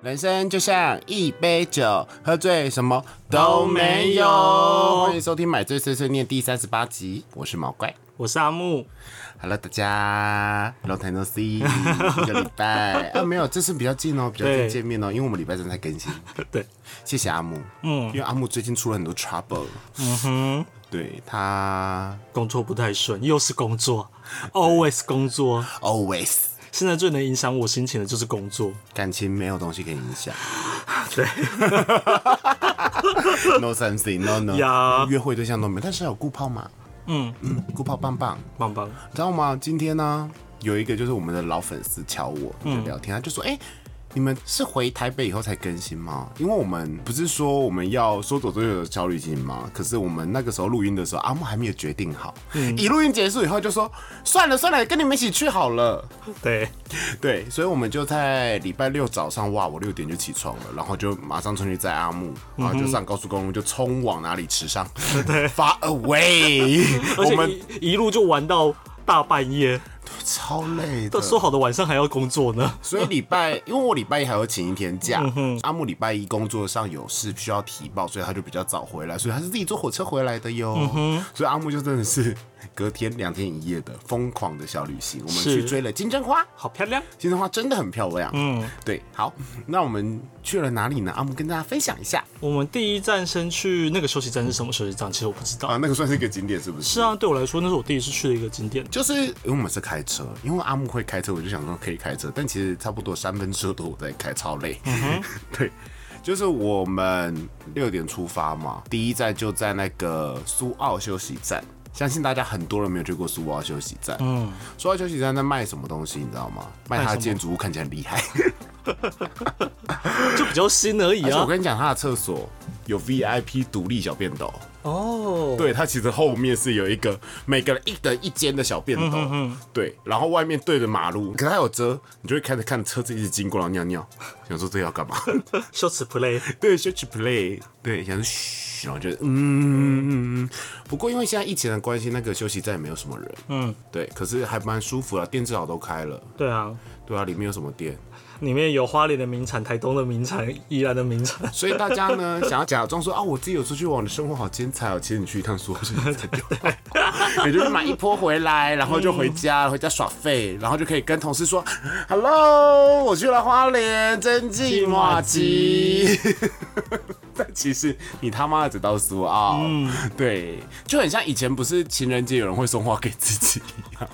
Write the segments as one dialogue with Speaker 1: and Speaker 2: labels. Speaker 1: 人生就像一杯酒，喝醉什么都没有。欢迎收听《买醉碎碎念》第三十八集，我是毛怪。
Speaker 2: 我是阿木，
Speaker 1: Hello，大家，Hello，台 o C，一个礼拜啊，没有，这次比较近哦，比较近
Speaker 2: 对
Speaker 1: 见面哦，因为我们礼拜三才更新。
Speaker 2: 对，
Speaker 1: 谢谢阿木，嗯，因为阿木最近出了很多 trouble，
Speaker 2: 嗯哼，
Speaker 1: 对他
Speaker 2: 工作不太顺，又是工作，always 工作。
Speaker 1: always
Speaker 2: 现在最能影响我心情的就是工作。
Speaker 1: 感情没有东西可以影响
Speaker 2: 对，
Speaker 1: ，no something，no no，,
Speaker 2: 呀
Speaker 1: 约会对象都没有，但是有顾泡嘛，
Speaker 2: 嗯，
Speaker 1: 嗯，顾泡棒棒，
Speaker 2: 棒棒，
Speaker 1: 知道吗？今天呢，有一个就是我们的老粉丝敲我就聊
Speaker 2: 嗯
Speaker 1: 天，他就说：“哎、你们是回台北以后才更新吗？因为我们不是说我们要说走就走的小旅行吗？可是我们那个时候录音的时候，阿木还没有决定好。
Speaker 2: 嗯
Speaker 1: 一录音结束以后就说算了算了，跟你们一起去好了。
Speaker 2: 对，。
Speaker 1: 对，所以我们就在礼拜六早上，哇，我六点就起床了，然后就马上冲去载阿木，然后就上高速公路，就冲往哪里池上，far away
Speaker 2: 而
Speaker 1: 我
Speaker 2: 且
Speaker 1: 们
Speaker 2: 一一路就玩到大半夜，
Speaker 1: 超累的
Speaker 2: 都，说好的晚上还要工作呢。
Speaker 1: 所以礼拜，因为我礼拜一还要请一天假，
Speaker 2: 嗯
Speaker 1: 阿木礼拜一工作上有事需要提报，所以他就比较早回来，所以他是自己坐火车回来的哟。
Speaker 2: 嗯
Speaker 1: 所以阿木就真的是隔天两天一夜的疯狂的小旅行。我们
Speaker 2: 是
Speaker 1: 去追了金针花，
Speaker 2: 好漂亮，
Speaker 1: 金针花真的很漂亮。嗯，对，好，那我们去了哪里呢？阿木跟大家分享一下
Speaker 2: 我们第一站先去那个休息站是什么休息站？其实我不知道。
Speaker 1: 啊，那个算是一个景点是不是？
Speaker 2: 是啊，对我来说那是我第一次去的一个景点。
Speaker 1: 就是因为我们是开车，因为阿木会开车，我就想说可以开车，但其实差不多三分之二都我在开，超累。 对，就是我们六点出发嘛，第一站就在那个苏澳休息站。相信大家很多人没有去过苏澳休息站。嗯，苏澳休息站在卖什么东西，你知道吗？卖它
Speaker 2: 卖什
Speaker 1: 的
Speaker 2: 么
Speaker 1: 建筑物看起来很厉害，
Speaker 2: 就比较新而已
Speaker 1: 而且我
Speaker 2: 啊。
Speaker 1: 跟你讲，它的厕所有 VIP 独立小便斗。
Speaker 2: 哦，
Speaker 1: 对，它其实后面是有一个每个人一人一间的小便斗，对，然后外面对着马路，可是它有遮，你就会看着看着车子一直经过，然后尿尿，想说这要干嘛？
Speaker 2: 羞耻 play，
Speaker 1: 对，就去 play，对，想说嘘，然后就嗯，不过因为现在疫情的关系，那个休息站也没有什么人，嗯，对，可是还蛮舒服的，店至少都开了，
Speaker 2: 对啊，
Speaker 1: 对啊，里面有什么店？
Speaker 2: 里面有花莲的名产、台东的名产、宜兰的名产，
Speaker 1: 所以大家呢， 想要假装说啊，我自己有出去玩，我的生活好精彩哦。其实你去一趟苏澳是精彩就 好，也就是买一波回来，然后就回家，回家耍废，然后就可以跟同事说，Hello，我去了花莲，真寂寞啊鸡。 但其实你他妈的只到苏澳，对，就很像以前不是情人节有人会送花给自己一样。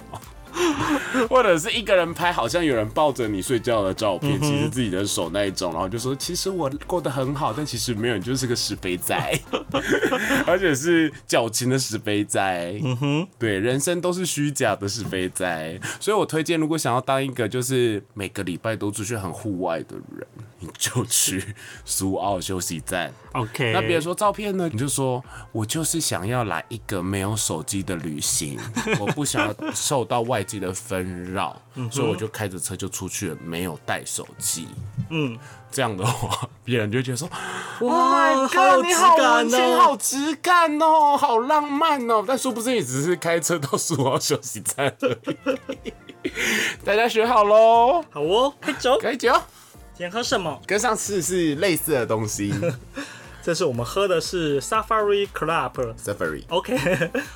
Speaker 1: 或者是一个人拍，好像有人抱着你睡觉的照片，其实自己的手那一种，然后就说其实我过得很好，但其实没有，你就是个死肥仔， 而且是矫情的死肥仔。嗯哼，对，人生都是虚假的死肥仔，所以我推荐，如果想要当一个就是每个礼拜都出去很户外的人，你就去苏澳休息站。
Speaker 2: OK，
Speaker 1: 那别人说照片呢，你就说我就是想要来一个没有手机的旅行，我不想要受到外界的纷扰，所以我就开着车就出去了，没有带手机。嗯，这样的话，别人就会觉得说，Oh
Speaker 2: 哇，哦好有质感
Speaker 1: 情，
Speaker 2: 哦！
Speaker 1: 好啊质感哦，好浪漫哦。但殊不知你只是开车到苏澳休息站而已。 大家学好喽，
Speaker 2: 好哦，开酒，
Speaker 1: 开酒，
Speaker 2: 今天喝什么？
Speaker 1: 跟上次是类似的东西。
Speaker 2: 这是我们喝的是 Safari Club。
Speaker 1: Safari，
Speaker 2: OK，、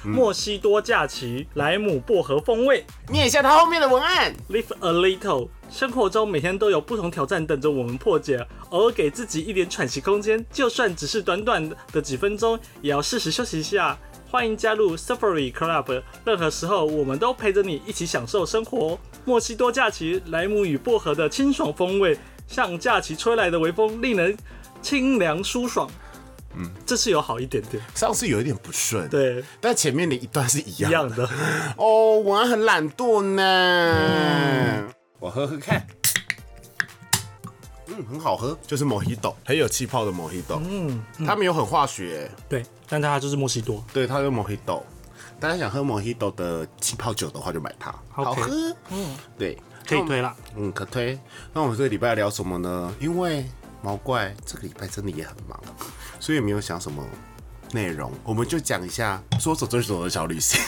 Speaker 2: 墨 西多假期莱姆薄荷风味
Speaker 1: 念一下它后面的文案。
Speaker 2: ，Live a little。生活中每天都有不同挑战等着我们破解，偶尔给自己一点喘息空间，就算只是短短的几分钟，也要适时休息一下。欢迎加入 Safari Club，任何时候我们都陪着你一起享受生活。墨西多假期莱姆与薄荷的清爽风味，像假期吹来的微风，令人清凉舒爽。嗯，这次有好一点点，
Speaker 1: 上次有一点不顺，
Speaker 2: 对，
Speaker 1: 但前面的一段是一
Speaker 2: 一
Speaker 1: 样
Speaker 2: 样的。
Speaker 1: 哦。我还很懒惰呢，我喝喝看。嗯，很好喝，就是 Mojito，很有气泡的 Mojito。嗯，它没有很化学，
Speaker 2: 对，但它就是墨西多。
Speaker 1: 对，它是 Mojito。大家想喝 Mojito 的气泡酒的话，就买它，好
Speaker 2: OK
Speaker 1: 喝。嗯，对，
Speaker 2: 可以推啦。
Speaker 1: 嗯，可推。那我们这个礼拜聊什么呢？因为毛怪这个礼拜真的也很忙，所以没有想什么内容，我们就讲一下说走就走的小旅行。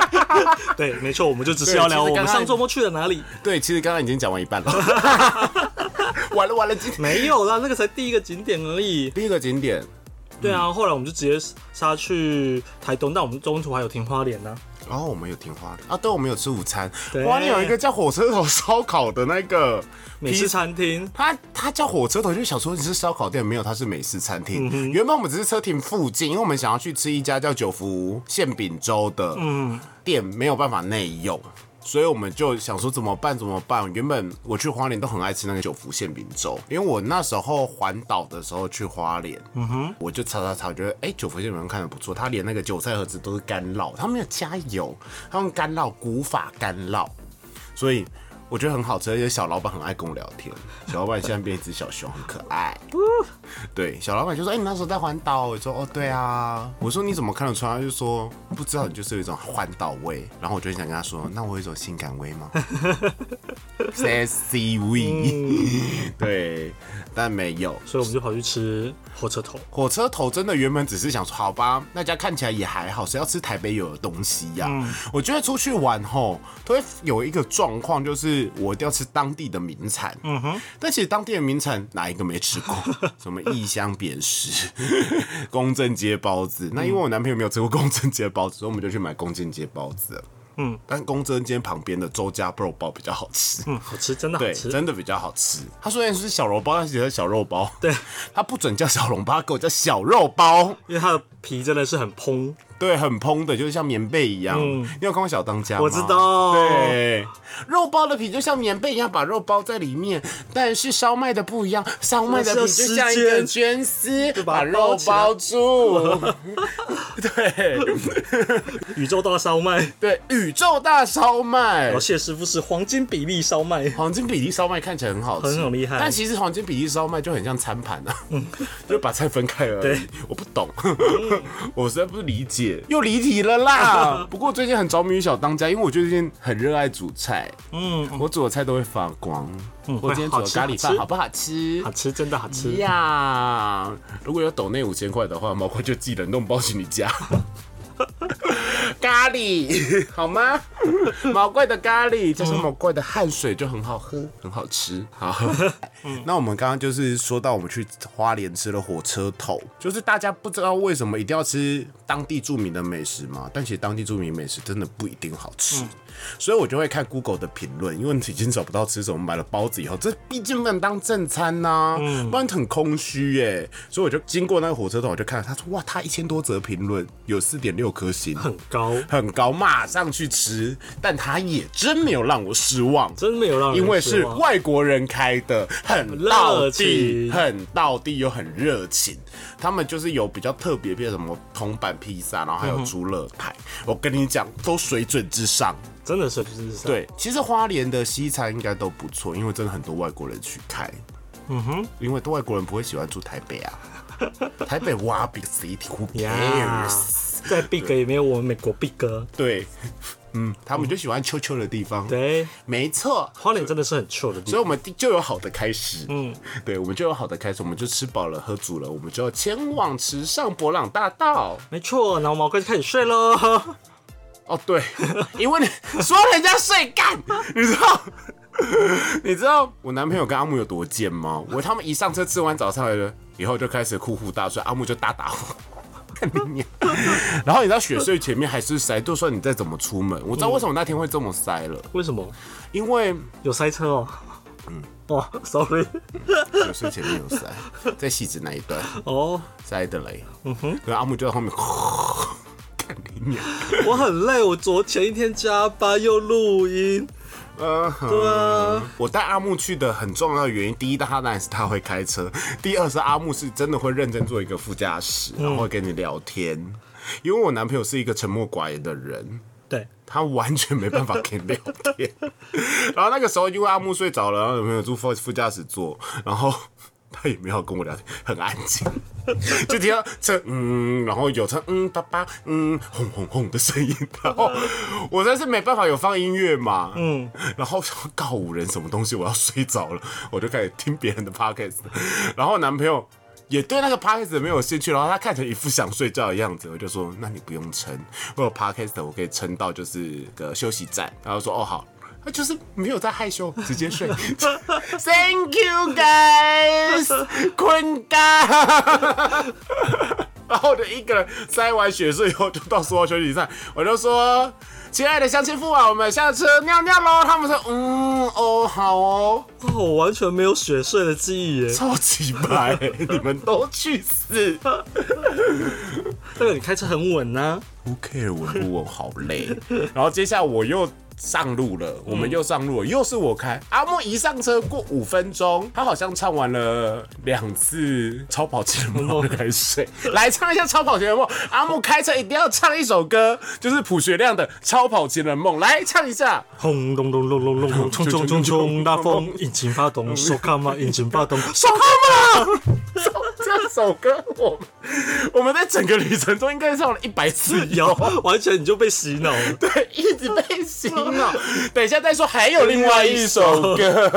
Speaker 2: 对，没错，我们就只是
Speaker 1: 对
Speaker 2: 要
Speaker 1: 其
Speaker 2: 聊
Speaker 1: 实
Speaker 2: 我
Speaker 1: 刚
Speaker 2: 们
Speaker 1: 刚
Speaker 2: 上周末去了哪里。
Speaker 1: 对，其实刚刚已经讲完一半了。 完了完了，今天
Speaker 2: 没有啦，那个才第一个景点而已。
Speaker 1: 第一个景点
Speaker 2: 对啊，后来我们就直接杀去台东，但我们中途还有停花莲啊呢、
Speaker 1: 哦，我们有停花莲啊，对，我们有吃午餐。
Speaker 2: 对
Speaker 1: 花莲有一个叫火车头烧烤的那个
Speaker 2: 美式餐厅。
Speaker 1: 它它叫火车头，就想说你是烧烤店，没有，它是美式餐厅。原本我们只是车停附近，因为我们想要去吃一家叫九福馅饼粥的店，没有办法内用。所以我们就想说怎么办怎么办？原本我去花莲都很爱吃那个九福馅饼粥，因为我那时候环岛的时候去花莲，嗯哼，我就查查查，我觉得哎、九福馅饼粥看的不错，它连那个韭菜盒子都是干烙，它没有加油，它用干烙古法干烙，所以我觉得很好吃，而且小老板很爱跟我聊天。小老板现在变一只小熊，很可爱。对，小老板就说：“哎、你那时候在环岛？”我说：“哦，对啊。”我说：“你怎么看得出来？”他就说：“不知道，你就是有一种环岛味。”然后我就很想跟他说：“那我有一种性感味吗？”Sexy 味， 对，但没有。
Speaker 2: 所以我们就跑去吃火车头。
Speaker 1: 火车头真的原本只是想说，好吧，那家看起来也还好，谁要吃台北有的东西呀、我觉得出去玩吼，都会有一个状况，就是我一定要吃当地的名产。嗯哼，但其实当地的名产哪一个没吃 过？什么异乡扁食、 公正街包子。那因为我男朋友没有吃过公正街包子，所以我们就去买公正街包子了。嗯，但公正街旁边的周家肉包比较好吃。
Speaker 2: 嗯，好吃，真的好
Speaker 1: 对，
Speaker 2: 吃。
Speaker 1: 真的比较好吃。它虽然是小笼包，但其实它小肉包。
Speaker 2: 对，
Speaker 1: 它不准叫小笼包，它给我叫小肉包。
Speaker 2: 因为它的皮真的是很蓬，
Speaker 1: 对，很蓬的，就是像棉被一样。你有看过《小当家》吗？
Speaker 2: 我知道
Speaker 1: 对，肉包的皮就像棉被一样，把肉包在里面，但是烧麦的不一样，烧麦的皮就像一
Speaker 2: 是要
Speaker 1: 根
Speaker 2: 时
Speaker 1: 绢丝，
Speaker 2: 把
Speaker 1: 把
Speaker 2: 它包
Speaker 1: 肉
Speaker 2: 起来
Speaker 1: 包住。 对
Speaker 2: 宇宙大烧麦，
Speaker 1: 对，宇宙大烧麦
Speaker 2: 然后。谢师傅是黄金比例烧麦，
Speaker 1: 黄金比例烧麦看起来很好吃，
Speaker 2: 很有厉害嗯
Speaker 1: 但其实黄金比例烧麦就很像餐盘啊， 就把菜分开而已。
Speaker 2: 对嗯
Speaker 1: 我不懂， 我实在不理解，又离题了 啦。不过我最近很着迷于小当家，因为我最近很热爱煮菜，
Speaker 2: 嗯，
Speaker 1: 我煮的菜都会发光。我今天煮的咖喱
Speaker 2: 好
Speaker 1: 饭
Speaker 2: 吃
Speaker 1: 好不好吃
Speaker 2: 好？吃，真的好吃。
Speaker 1: 呀如果有抖内五千块的话，毛怪就寄冷冻包去你家。咖喱好吗？毛怪的咖喱加上毛怪的汗水就很好喝，很好吃。好，那我们刚刚就是说到我们去花莲吃了火车头，就是大家不知道为什么一定要吃当地著名的美食嘛，但其实当地著名美食真的不一定好吃，所以我就会看 Google 的评论，因为你已经找不到吃什么，买了包子以后，这毕竟不能当正餐呐、
Speaker 2: 嗯
Speaker 1: 不然很空虚耶、所以我就经过那个火车头，我就看他说哇，他一千多则评论，有四点六颗星，
Speaker 2: 很高，
Speaker 1: 很高，马上去吃，但他也真没有让我失望。
Speaker 2: 真没有让人
Speaker 1: 因为
Speaker 2: 失
Speaker 1: 是
Speaker 2: 望
Speaker 1: 外国人开的，很到
Speaker 2: 热
Speaker 1: 地，
Speaker 2: 情
Speaker 1: 很到地又很热情。他们就是有比较特别，比如什么铜板披萨，然后
Speaker 2: 嗯
Speaker 1: 还有猪肋排。我跟你讲，都水准之上。
Speaker 2: 真的是不啊是？，
Speaker 1: 对，其实花莲的西餐应该都不错，因为真的很多外国人去开。嗯哼，因为外国人不会喜欢住台北啊，台北哇比 city，who cares？、
Speaker 2: 呀，在 Big 里面，我们美国 Big
Speaker 1: 对，嗯，他们就喜欢秋秋的地方。，
Speaker 2: 对，
Speaker 1: 没错。
Speaker 2: 花莲真的是很 chill 的地
Speaker 1: 所以
Speaker 2: 方。
Speaker 1: 我们就有好的开始，嗯，对，我们就有好的开始，我们就吃饱了，喝足了，我们就前往池上博朗大道。
Speaker 2: 没错，然后毛怪就开始睡喽。
Speaker 1: 哦，对， 因为你说人家睡干， 你知道？你知道我男朋友跟阿木有多贱吗？我他们一上车吃完早餐来了以后就开始呼呼大睡，阿木就大打呼。 看你 娘然后你知道雪隧前面还是塞，就算你再怎么出门，我知道为什么那天会这么塞了，
Speaker 2: 为什么
Speaker 1: 因为
Speaker 2: 有塞车哦？嗯，哦，sorry，
Speaker 1: 雪隧前面有 塞，在戏子那一段
Speaker 2: 哦，
Speaker 1: 塞的嘞，嗯哼，然后阿木就在后面， 看你娘，
Speaker 2: 我很累，我昨前一天加班又录音，
Speaker 1: 嗯哼。
Speaker 2: 对啊，
Speaker 1: 我带阿木去的很重要的原因，第一，他当然是他会开车； 第二是阿木是真的会认真做一个副驾驶，然后会跟你聊天。因为我男朋友是一个沉默寡言的人，
Speaker 2: 对，
Speaker 1: 他完全没办法跟你聊天。然后那个时候，因为阿木睡着了，然后有朋友坐副副驾驶座，然后他也没有跟我聊天，很安静， 就听到车嗯，然后有车嗯叭叭嗯轰轰轰的声音，然后我真是没办法有放音乐嘛，嗯，然后想告五人什么东西，我要睡着了，我就开始听别人的 podcast，然后男朋友。也对那个 podcast 没有兴趣，然后他看成一副想睡觉的样子，我就说：“那你不用撑，我有 podcast，我可以撑到就是个休息站。”然后说：“哦好。”他就是没有在害羞，直接睡。Thank you guys，困咖。然后我就一个人塞完血水以后，就到所有休息站，我就说：“亲爱的乡亲父啊，我们下车尿尿喽。”他们说：“嗯，哦，好哦，
Speaker 2: 哇，我完全没有雪睡的记忆 耶。
Speaker 1: 超级白，你们都去死
Speaker 2: 这个你开车很稳啊呐、
Speaker 1: ！”Who care？我不我好累。 然后接下来我又。上路了，我们又上路了，又是我开。阿莫一上车过五分钟，他好像唱完了两次超跑节目开始来唱一下超跑情人梦。阿莫开车一定要唱一首歌，就是朴学亮的《超跑情人梦》，来唱一下。
Speaker 2: 轰隆隆隆隆隆 隆，冲冲冲冲，大风，引擎发 动，手卡嘛，引擎 发动，
Speaker 1: 爽他们了！ 这首歌我们我们在整个旅程中应该唱了一百次以
Speaker 2: 有
Speaker 1: 后，，
Speaker 2: 完全你就被洗脑了。
Speaker 1: 对，一直被洗脑。 等一下再说，还有另外一首歌，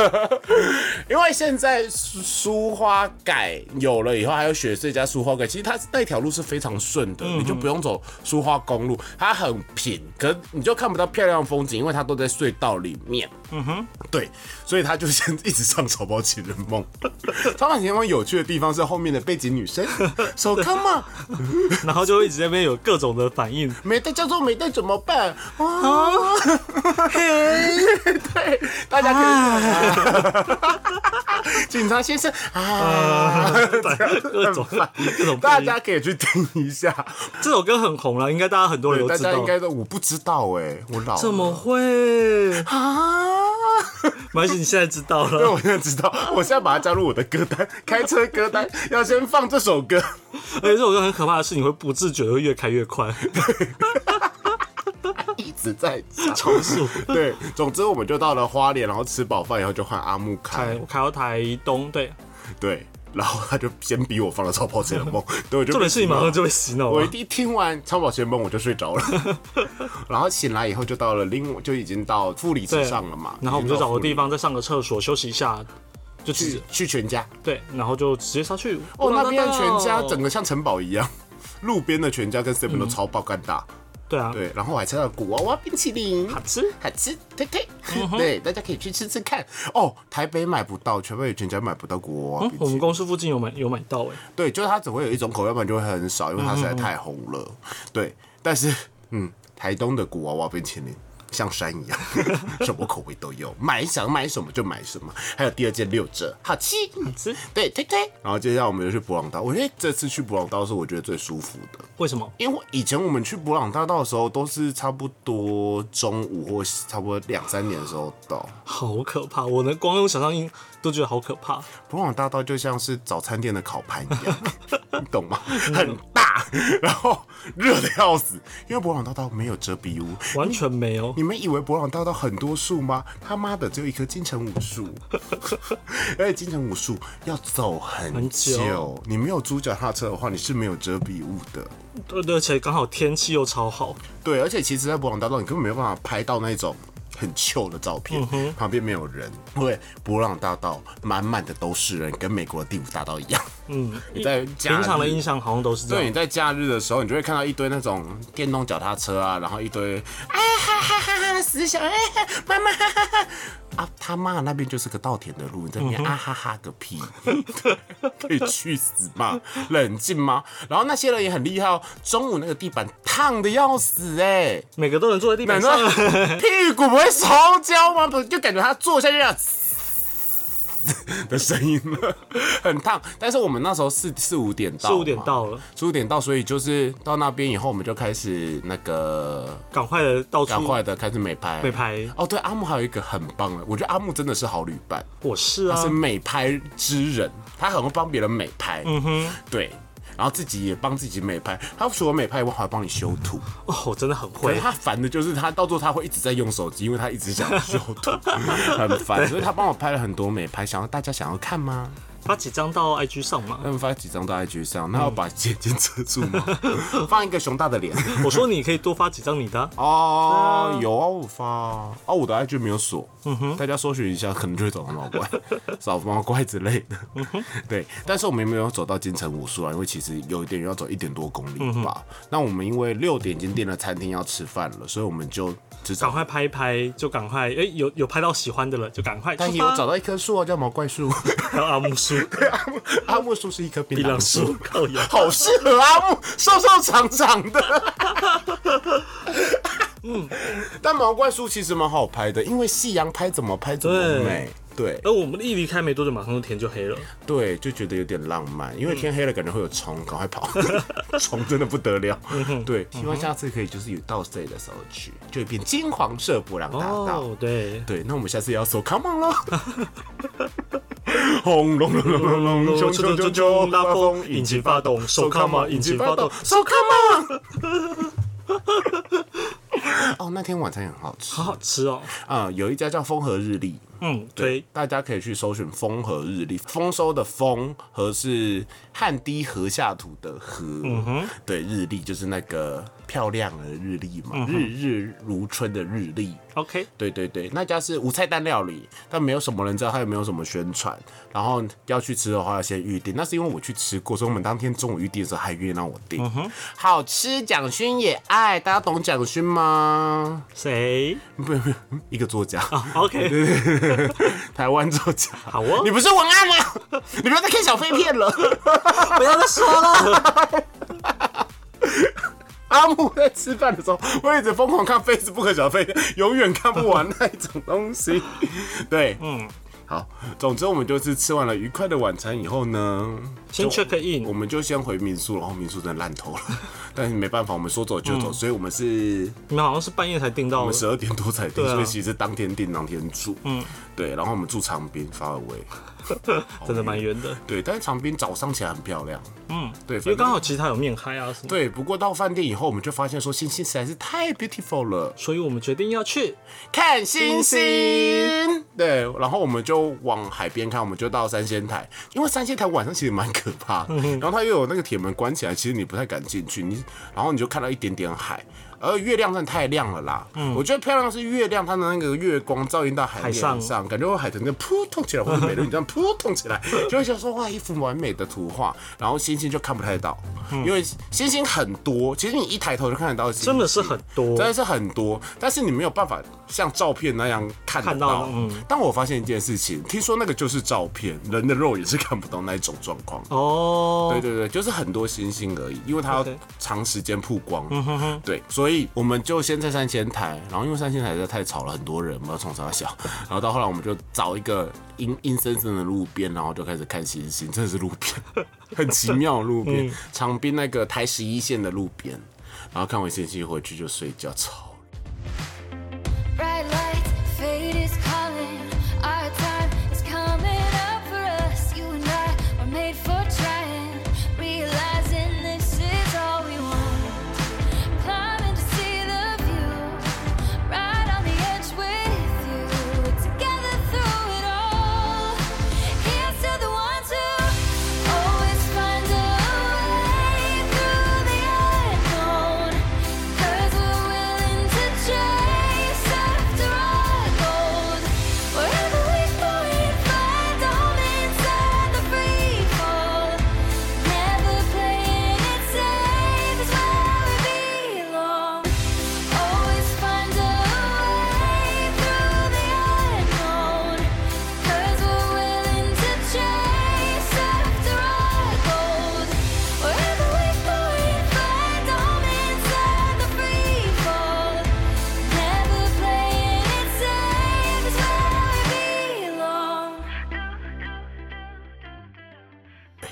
Speaker 1: 因为现在苏苏花改有了以后，还有雪穗加苏花改，其实它那条路是非常顺的，你就不用走苏花公路，它很平，可你就看不到漂亮的风景，因为它都在隧道里面。对，所以他就先一直唱《草包情人 梦》。《草包情人梦》有趣的地方是后面的背景女生，手看嘛，
Speaker 2: 然后就一直在那边有各种的反 应，
Speaker 1: 没带叫做没带怎么办？啊， 对，大家
Speaker 2: 啊
Speaker 1: 可以， 警察先生啊，
Speaker 2: 对，各种各种
Speaker 1: 大
Speaker 2: 反应。
Speaker 1: 家可以去听一下。
Speaker 2: 这首歌很红了，应该大家很多人
Speaker 1: 大
Speaker 2: 都知
Speaker 1: 家应
Speaker 2: 道。
Speaker 1: 该都我不知道哎，我老了
Speaker 2: 怎么会？
Speaker 1: 啊？
Speaker 2: 没关系，你现在知道
Speaker 1: 对，
Speaker 2: 了。
Speaker 1: 我现在知道，我现在把它加入我的歌单，开车歌单要先放这首歌。
Speaker 2: 而且这首歌很可怕的是，你会不自觉地会越开 越快。
Speaker 1: 一直在 重
Speaker 2: 述。
Speaker 1: 对，总之我们就到了花莲，然后吃饱饭以后就换阿木开
Speaker 2: 哎，，我开到台东，对，
Speaker 1: 对，然后他就先逼我放了《超跑情人梦》，对，我就
Speaker 2: 重点是你马上就哦被洗脑
Speaker 1: 我
Speaker 2: 了
Speaker 1: 一。听完《超跑情人梦》我就睡 着了，然后醒来以后就到了另就已经到富里池
Speaker 2: 对
Speaker 1: 上了嘛，
Speaker 2: 然后我们就找个地
Speaker 1: 方
Speaker 2: 方再上个厕所休息一下，就直接
Speaker 1: 去去全家，
Speaker 2: 对，然后就直接杀去。
Speaker 1: 哦，那边的全家整个像城堡一 样。路边的全家跟 seven 都超爆干大，
Speaker 2: 对啊，
Speaker 1: 对，然后我还吃到古娃娃冰淇淋，
Speaker 2: 好吃。
Speaker 1: 好吃，嗯推推，对，大家可以去吃吃看哦。台北买不到，全北有全家买不到国王冰淇
Speaker 2: 我们
Speaker 1: 淋。
Speaker 2: 公司附近有买有买到哎、
Speaker 1: 对，就是它只会有一种口味，要不然就会很少，因为它实在太红了。对，但是嗯，台东的古娃娃冰淇淋。像山一样， 什么口味都有，买想买什么就买什么。还有第二件六折，好吃，好
Speaker 2: 吃。
Speaker 1: 对，推推。然后接下来我们就去博朗道，我觉得这次去博朗道是我觉得最舒服的。
Speaker 2: 为什么？
Speaker 1: 因为以前我们去博朗大道的时候，都是差不多中午或差不多两三点的时候到。
Speaker 2: 好可怕！我能光用想象力都觉得好可怕。
Speaker 1: 博朗大道就像是早餐店的烤盘一样，你懂吗？很大，然后热的要死。因为博朗大道没有遮蔽物，
Speaker 2: 完全没有
Speaker 1: 你们以为博朗大道很多树吗？他妈的，只有一棵金城武树，而且金城武树要走很
Speaker 2: 很久
Speaker 1: 久，你没有租脚踏车的话，你是没有遮蔽物的。
Speaker 2: 对，对而且刚好天气又超好，
Speaker 1: 对，而且其实，在博朗大道你根本没有办法拍到那种很旧的照片，旁边没有人，因为博朗大道满满的都是人，跟美国的第五大道一样。嗯，你在假
Speaker 2: 平常的
Speaker 1: 日。
Speaker 2: 印象好像都是这
Speaker 1: 对，
Speaker 2: 样
Speaker 1: 你。在假日的时候，你就会看到一堆那种电动脚踏车啊，然后一堆啊哈哈哈哈死小哎哈妈妈哈哈哈啊他妈那边就是个稻田的路，你在那边
Speaker 2: 嗯
Speaker 1: 啊哈哈个屁， 可以去死吗？冷静吗？然后那些人也很厉害哦，中午那个地板烫的要死哎、
Speaker 2: 每个都能坐在地板
Speaker 1: 难
Speaker 2: 上
Speaker 1: 道，屁股不会烧焦吗？不就感觉他坐下去要 的声音了，很烫。但是我们那时候四四五点到，
Speaker 2: 四五点，到了，
Speaker 1: 四五点到，所以就是到那边以后，我们就开始那个
Speaker 2: 赶快的到处
Speaker 1: 赶快的开始美拍，
Speaker 2: 美拍
Speaker 1: 哦，对，阿木还有一个很棒的，我觉得阿木真的是好旅伴，
Speaker 2: 我是啊
Speaker 1: 是，美拍之人，他很会帮别人美拍，嗯哼，对。然后自己也帮自己美拍，他除了美拍以外，还会帮你修图。
Speaker 2: 哦，我真的很
Speaker 1: 可是
Speaker 2: 会。
Speaker 1: 他烦的就是他到最后他会一直在用手机，因为 他一直想修图，很烦。所以他帮我拍了很多美拍，想要大家想要看吗？
Speaker 2: 发几张到 IG 上嘛。
Speaker 1: 他们发几张到 IG 上，那要把眼睛遮住 吗？放一个熊大的脸。
Speaker 2: 我说你可以多发几张你的啊、
Speaker 1: 哦，有啊，我发啊，哦我的 IG 没有锁，大家搜寻一下，可能就会找到毛怪、找毛怪之类的。对，但是我们也没有走到京城武术啊，因为其实有一点要走一点多公里吧。那我们因为六点已经订了餐厅要吃饭了，所以我们就只找，
Speaker 2: 赶快拍一拍，就赶快，哎、有有拍到喜欢的了，就赶快出
Speaker 1: 但也有
Speaker 2: 发。
Speaker 1: 找到一棵树啊，叫毛怪树，
Speaker 2: 还有阿木叔、
Speaker 1: 阿木树是一棵槟
Speaker 2: 伊朗
Speaker 1: 榔树
Speaker 2: 叔，，靠呀，
Speaker 1: 好适合阿木，瘦瘦长长的。嗯，但毛怪树其实蛮好拍的，因为夕阳拍怎么拍怎么
Speaker 2: 对
Speaker 1: 美。对
Speaker 2: 而我们一离开没多久，马上就天就黑了。
Speaker 1: 对，就觉得有点浪漫，因为天黑了感觉会有虫，赶快跑，虫真的不得了。对，希望下次可以就是有到这里的时候去，就会变金黄色博朗大道。
Speaker 2: 哦，对，
Speaker 1: 对，那我们下次也要搜 Come on 喽。轰隆隆隆隆隆隆，
Speaker 2: 冲
Speaker 1: 冲冲冲
Speaker 2: 冲冲冲
Speaker 1: 冲，
Speaker 2: 拉
Speaker 1: 拉
Speaker 2: 风
Speaker 1: 风，
Speaker 2: 引
Speaker 1: 引
Speaker 2: 擎
Speaker 1: 擎
Speaker 2: 发
Speaker 1: 发
Speaker 2: 动
Speaker 1: 动，
Speaker 2: 手
Speaker 1: 手
Speaker 2: come
Speaker 1: Come
Speaker 2: on，
Speaker 1: on，
Speaker 2: 引
Speaker 1: 引
Speaker 2: 擎
Speaker 1: 擎
Speaker 2: 发
Speaker 1: 发
Speaker 2: 动
Speaker 1: 动，手 Come on。哦，那天晚餐也很好吃
Speaker 2: 好好 吃哦。
Speaker 1: 啊、有一家叫风和日丽，
Speaker 2: 嗯，对，
Speaker 1: 大家可以去搜寻风和日丽，丰收的丰和是汗滴禾下土的禾，嗯哼，对，日丽就是那个漂亮的日丽嘛，
Speaker 2: 嗯
Speaker 1: 日日如春的日丽，
Speaker 2: OK，
Speaker 1: 对对对，那家是无菜单料理，但没有什么人知道，它也没有什么宣传。然后要去吃的话，要先预定。那是因为我去吃过，所以我们当天中午预定的时候还约让我订。好吃，蒋勋也爱，大家懂蒋勋吗？
Speaker 2: 谁
Speaker 1: 不不，一个作家，
Speaker 2: 啊？OK，
Speaker 1: 台湾作家。好
Speaker 2: 哦
Speaker 1: 你不是文案吗？ 你不要再看小废片了。
Speaker 2: 不要再说了。
Speaker 1: 阿木在吃饭的时候，我一直疯狂看 Facebook 小费，永远看不完那一种东西。对，嗯，好，总之我们就是吃完了愉快的晚餐以后呢，
Speaker 2: 先
Speaker 1: 就
Speaker 2: check
Speaker 1: 我
Speaker 2: in，
Speaker 1: 们就先回民宿，然后民宿真的烂透了， 但是没办法，我们说走
Speaker 2: 嗯
Speaker 1: 就走，所以我们是
Speaker 2: 你们好像是半夜才订到
Speaker 1: 我
Speaker 2: 的
Speaker 1: 们。十二点多才订，
Speaker 2: 对啊
Speaker 1: 所以其实当天订当天住，嗯，对，然后我们住长滨发尔威，
Speaker 2: 真的蛮远的，
Speaker 1: 对，但是长滨早上起来很漂亮，嗯，对，
Speaker 2: 因为刚
Speaker 1: 好。
Speaker 2: 好其实它有面嗨啊什么的，
Speaker 1: 对，不过到饭店以后，我们就发现说星星实在是太 beautiful 了，
Speaker 2: 所以我们决定要去。
Speaker 1: 看星星。对，然后我们就往海边看，我们就到三仙台，因为三仙台晚上其实蛮可怕的，然后它又有那个铁门关起来，其实你不太敢进去，你然后你就看到一点点海。而月亮真的太亮了啦，我觉得漂亮的是月亮，它的那个月光照映到海面
Speaker 2: 上
Speaker 1: 上，感觉会海豚跟扑通起来，或者美人鱼这样扑通起来，就会想说哇，一幅完美的图画。然后星星就看不太到，因为星星很多，其实你一抬头就看得到星星，
Speaker 2: 真的是很多
Speaker 1: 真的是很多，但是你没有办法像照片那样看得
Speaker 2: 看到
Speaker 1: 到。
Speaker 2: 嗯
Speaker 1: 但我发现一件事情，听说那个就是照片，人的肉也是看不到那一种状况。
Speaker 2: 哦，
Speaker 1: 对对对，就是很多星星而已，因为它要
Speaker 2: OK
Speaker 1: 长时间曝光。
Speaker 2: 嗯
Speaker 1: 对，所以我们就先在三千台，然后因为三千台实在太吵了，很多人嘛，冲啥小，然后到后来我们就找一个阴阴森森的路边，然后就开始看星星，真的是路边， 很奇妙的路边，
Speaker 2: 嗯
Speaker 1: 长滨那个台十一线的路边，然后看完星星回去就睡觉，超
Speaker 3: Bright lights, fate is calling. Our time is coming up for us. You and I were made for trying. Realizing this is all we want. Climbing to see the view. Right on the edge with you. Together through it all. Here's to the ones who always find a way through the unknown. 'Cause we're willing to chase after our gold. Wherever we go, we find home inside the free fall. Never playing it safe is where we belong. Always find a way through the unknown. 'Cause we're willing to chase after our gold. Wherever we go, we find home inside the free fall. Never playing it safe is where we belong.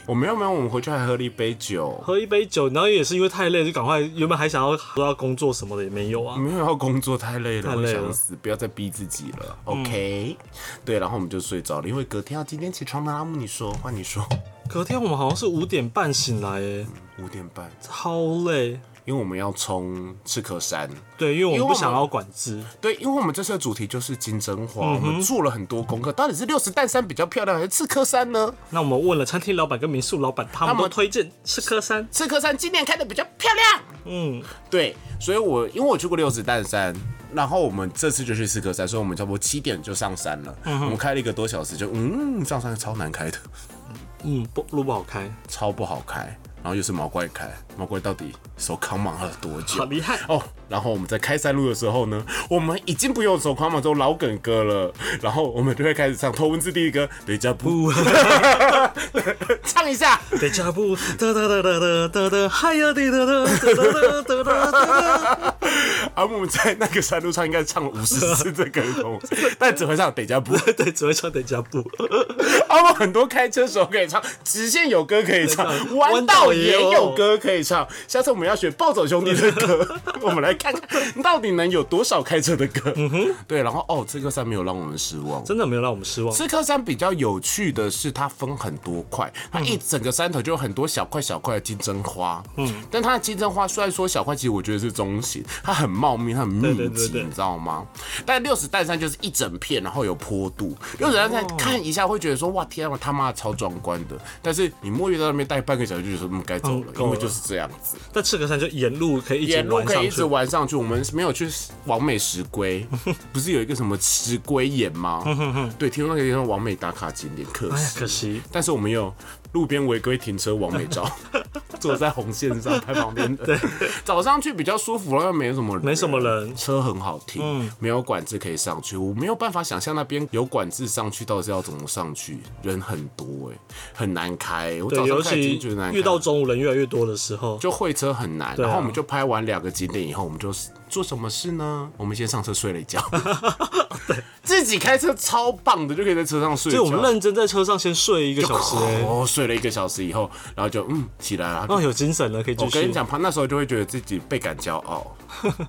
Speaker 1: 我哦没有没有，我们回去还喝了一杯酒。
Speaker 2: 喝一杯酒，然后也是因为太累，就赶快原本还想要说要工作什么的也没有啊。
Speaker 1: 没有要工作太累了，嗯
Speaker 2: 太累
Speaker 1: 我
Speaker 2: 了
Speaker 1: 想死，不要再逼自己了。OK，、对，然后我们就睡着了，因为隔天要今天起床的。阿木，你说，换你说，
Speaker 2: 隔天我们好像是五点半醒来，哎，
Speaker 1: 五点半，
Speaker 2: 超累。
Speaker 1: 因为我们要冲赤科山。
Speaker 2: 对，因为我
Speaker 1: 因为
Speaker 2: 们
Speaker 1: 我
Speaker 2: 不
Speaker 1: 们
Speaker 2: 想要管制，
Speaker 1: 对，因为我们这次的主题就是金针花，我们做了很多功课。到底是六十担山比较漂亮，还是赤科山呢？
Speaker 2: 那我们问了餐厅老板跟民宿老板，他
Speaker 1: 他
Speaker 2: 们
Speaker 1: 们
Speaker 2: 都推荐吃科山。
Speaker 1: 赤科山今年开的比较漂亮。
Speaker 2: 嗯，
Speaker 1: 对，所以我因为我去过六十担山，然后我们这次就去四科山，所以我们差不多七点就上山了。我们开了一个多小时就，嗯，上山超难开的，
Speaker 2: 嗯，不路不好开，
Speaker 1: 超不好开。然后又是毛怪开，毛怪到底手扛满了多久？
Speaker 2: 好厉害
Speaker 1: 哦！然后我们在开山路的时候呢，我们已经不用手扛满，都老梗歌了。然后我们就会开始唱《头文字 D》歌，对家 不，唱一下。
Speaker 2: 得加步，哒哒哒哒哒哒哒，嗨呀滴哒哒哒哒哒哒哒哒。
Speaker 1: 而、我们在那个山路上应该唱了五十次这个 歌，但只会唱《得家不》。
Speaker 2: 对，只会唱得加步。
Speaker 1: 啊，我很多开车手可以唱，直线有歌可以唱
Speaker 2: 可以，唱
Speaker 1: 弯道也
Speaker 2: 弯道也有
Speaker 1: 有歌可以唱。下次我们要学暴走兄弟的 歌，我们来看看到底能有多少开车的歌。嗯哼，对，然后哦，这个山没有让我们失望。
Speaker 2: 真的没有让我们失望。
Speaker 1: 这颗山比较有趣的是，它分很多块，它一整个山头就有很多小块小块的金针花。嗯，但它的金针花虽然说小块，其实我觉得是中型，它很茂密，它很密集，
Speaker 2: 对对对对
Speaker 1: 你知道吗？但六十担山就是一整片，然后有坡度。六十担山
Speaker 2: 哦
Speaker 1: 看一下会觉得说，哇，天啊，他妈的超壮观的。但是你摸鱼在那边待半个小时，就觉得说嗯该走了
Speaker 2: 嗯，够
Speaker 1: 因为
Speaker 2: 了
Speaker 1: 就是这样子。
Speaker 2: 但赤科山就沿路可以一直
Speaker 1: 沿路
Speaker 2: 玩
Speaker 1: 可以
Speaker 2: 上
Speaker 1: 一
Speaker 2: 去
Speaker 1: 直。玩上去。我们没有去完美石 龟，不是有一个什么石龟岩吗？对，听说那个地方完美打卡景点，可
Speaker 2: 哎呀，
Speaker 1: 惜。
Speaker 2: 可惜。
Speaker 1: 但是我们有路边违规停车完美 照，坐在红线上拍旁边的。早上去比较舒服，然后没什么人
Speaker 2: 没什么人嗯
Speaker 1: 车很好停，没有管制可以上去。我没有办法想象那边有管制上去到底是要怎么上去，人很多哎、很难开。我
Speaker 2: 对，
Speaker 1: 早上
Speaker 2: 尤
Speaker 1: 开已
Speaker 2: 其
Speaker 1: 经觉得难开
Speaker 2: 遇到中午人越来越多的时候，
Speaker 1: 就会车很难，
Speaker 2: 啊
Speaker 1: 然后我们就拍完两个景点以后，我们就做什么事呢？我们先上车睡了一 觉，自己开车超棒的，就可以在车上睡
Speaker 2: 所以
Speaker 1: 觉。
Speaker 2: 我们认真在车上先睡一个小时、欸，
Speaker 1: 哦，睡了一个小时以后，然后就嗯起来了。
Speaker 2: 哦，有精神了，可以继
Speaker 1: 我
Speaker 2: 续。
Speaker 1: 跟你讲，他那时候就会觉得自己倍感骄 傲，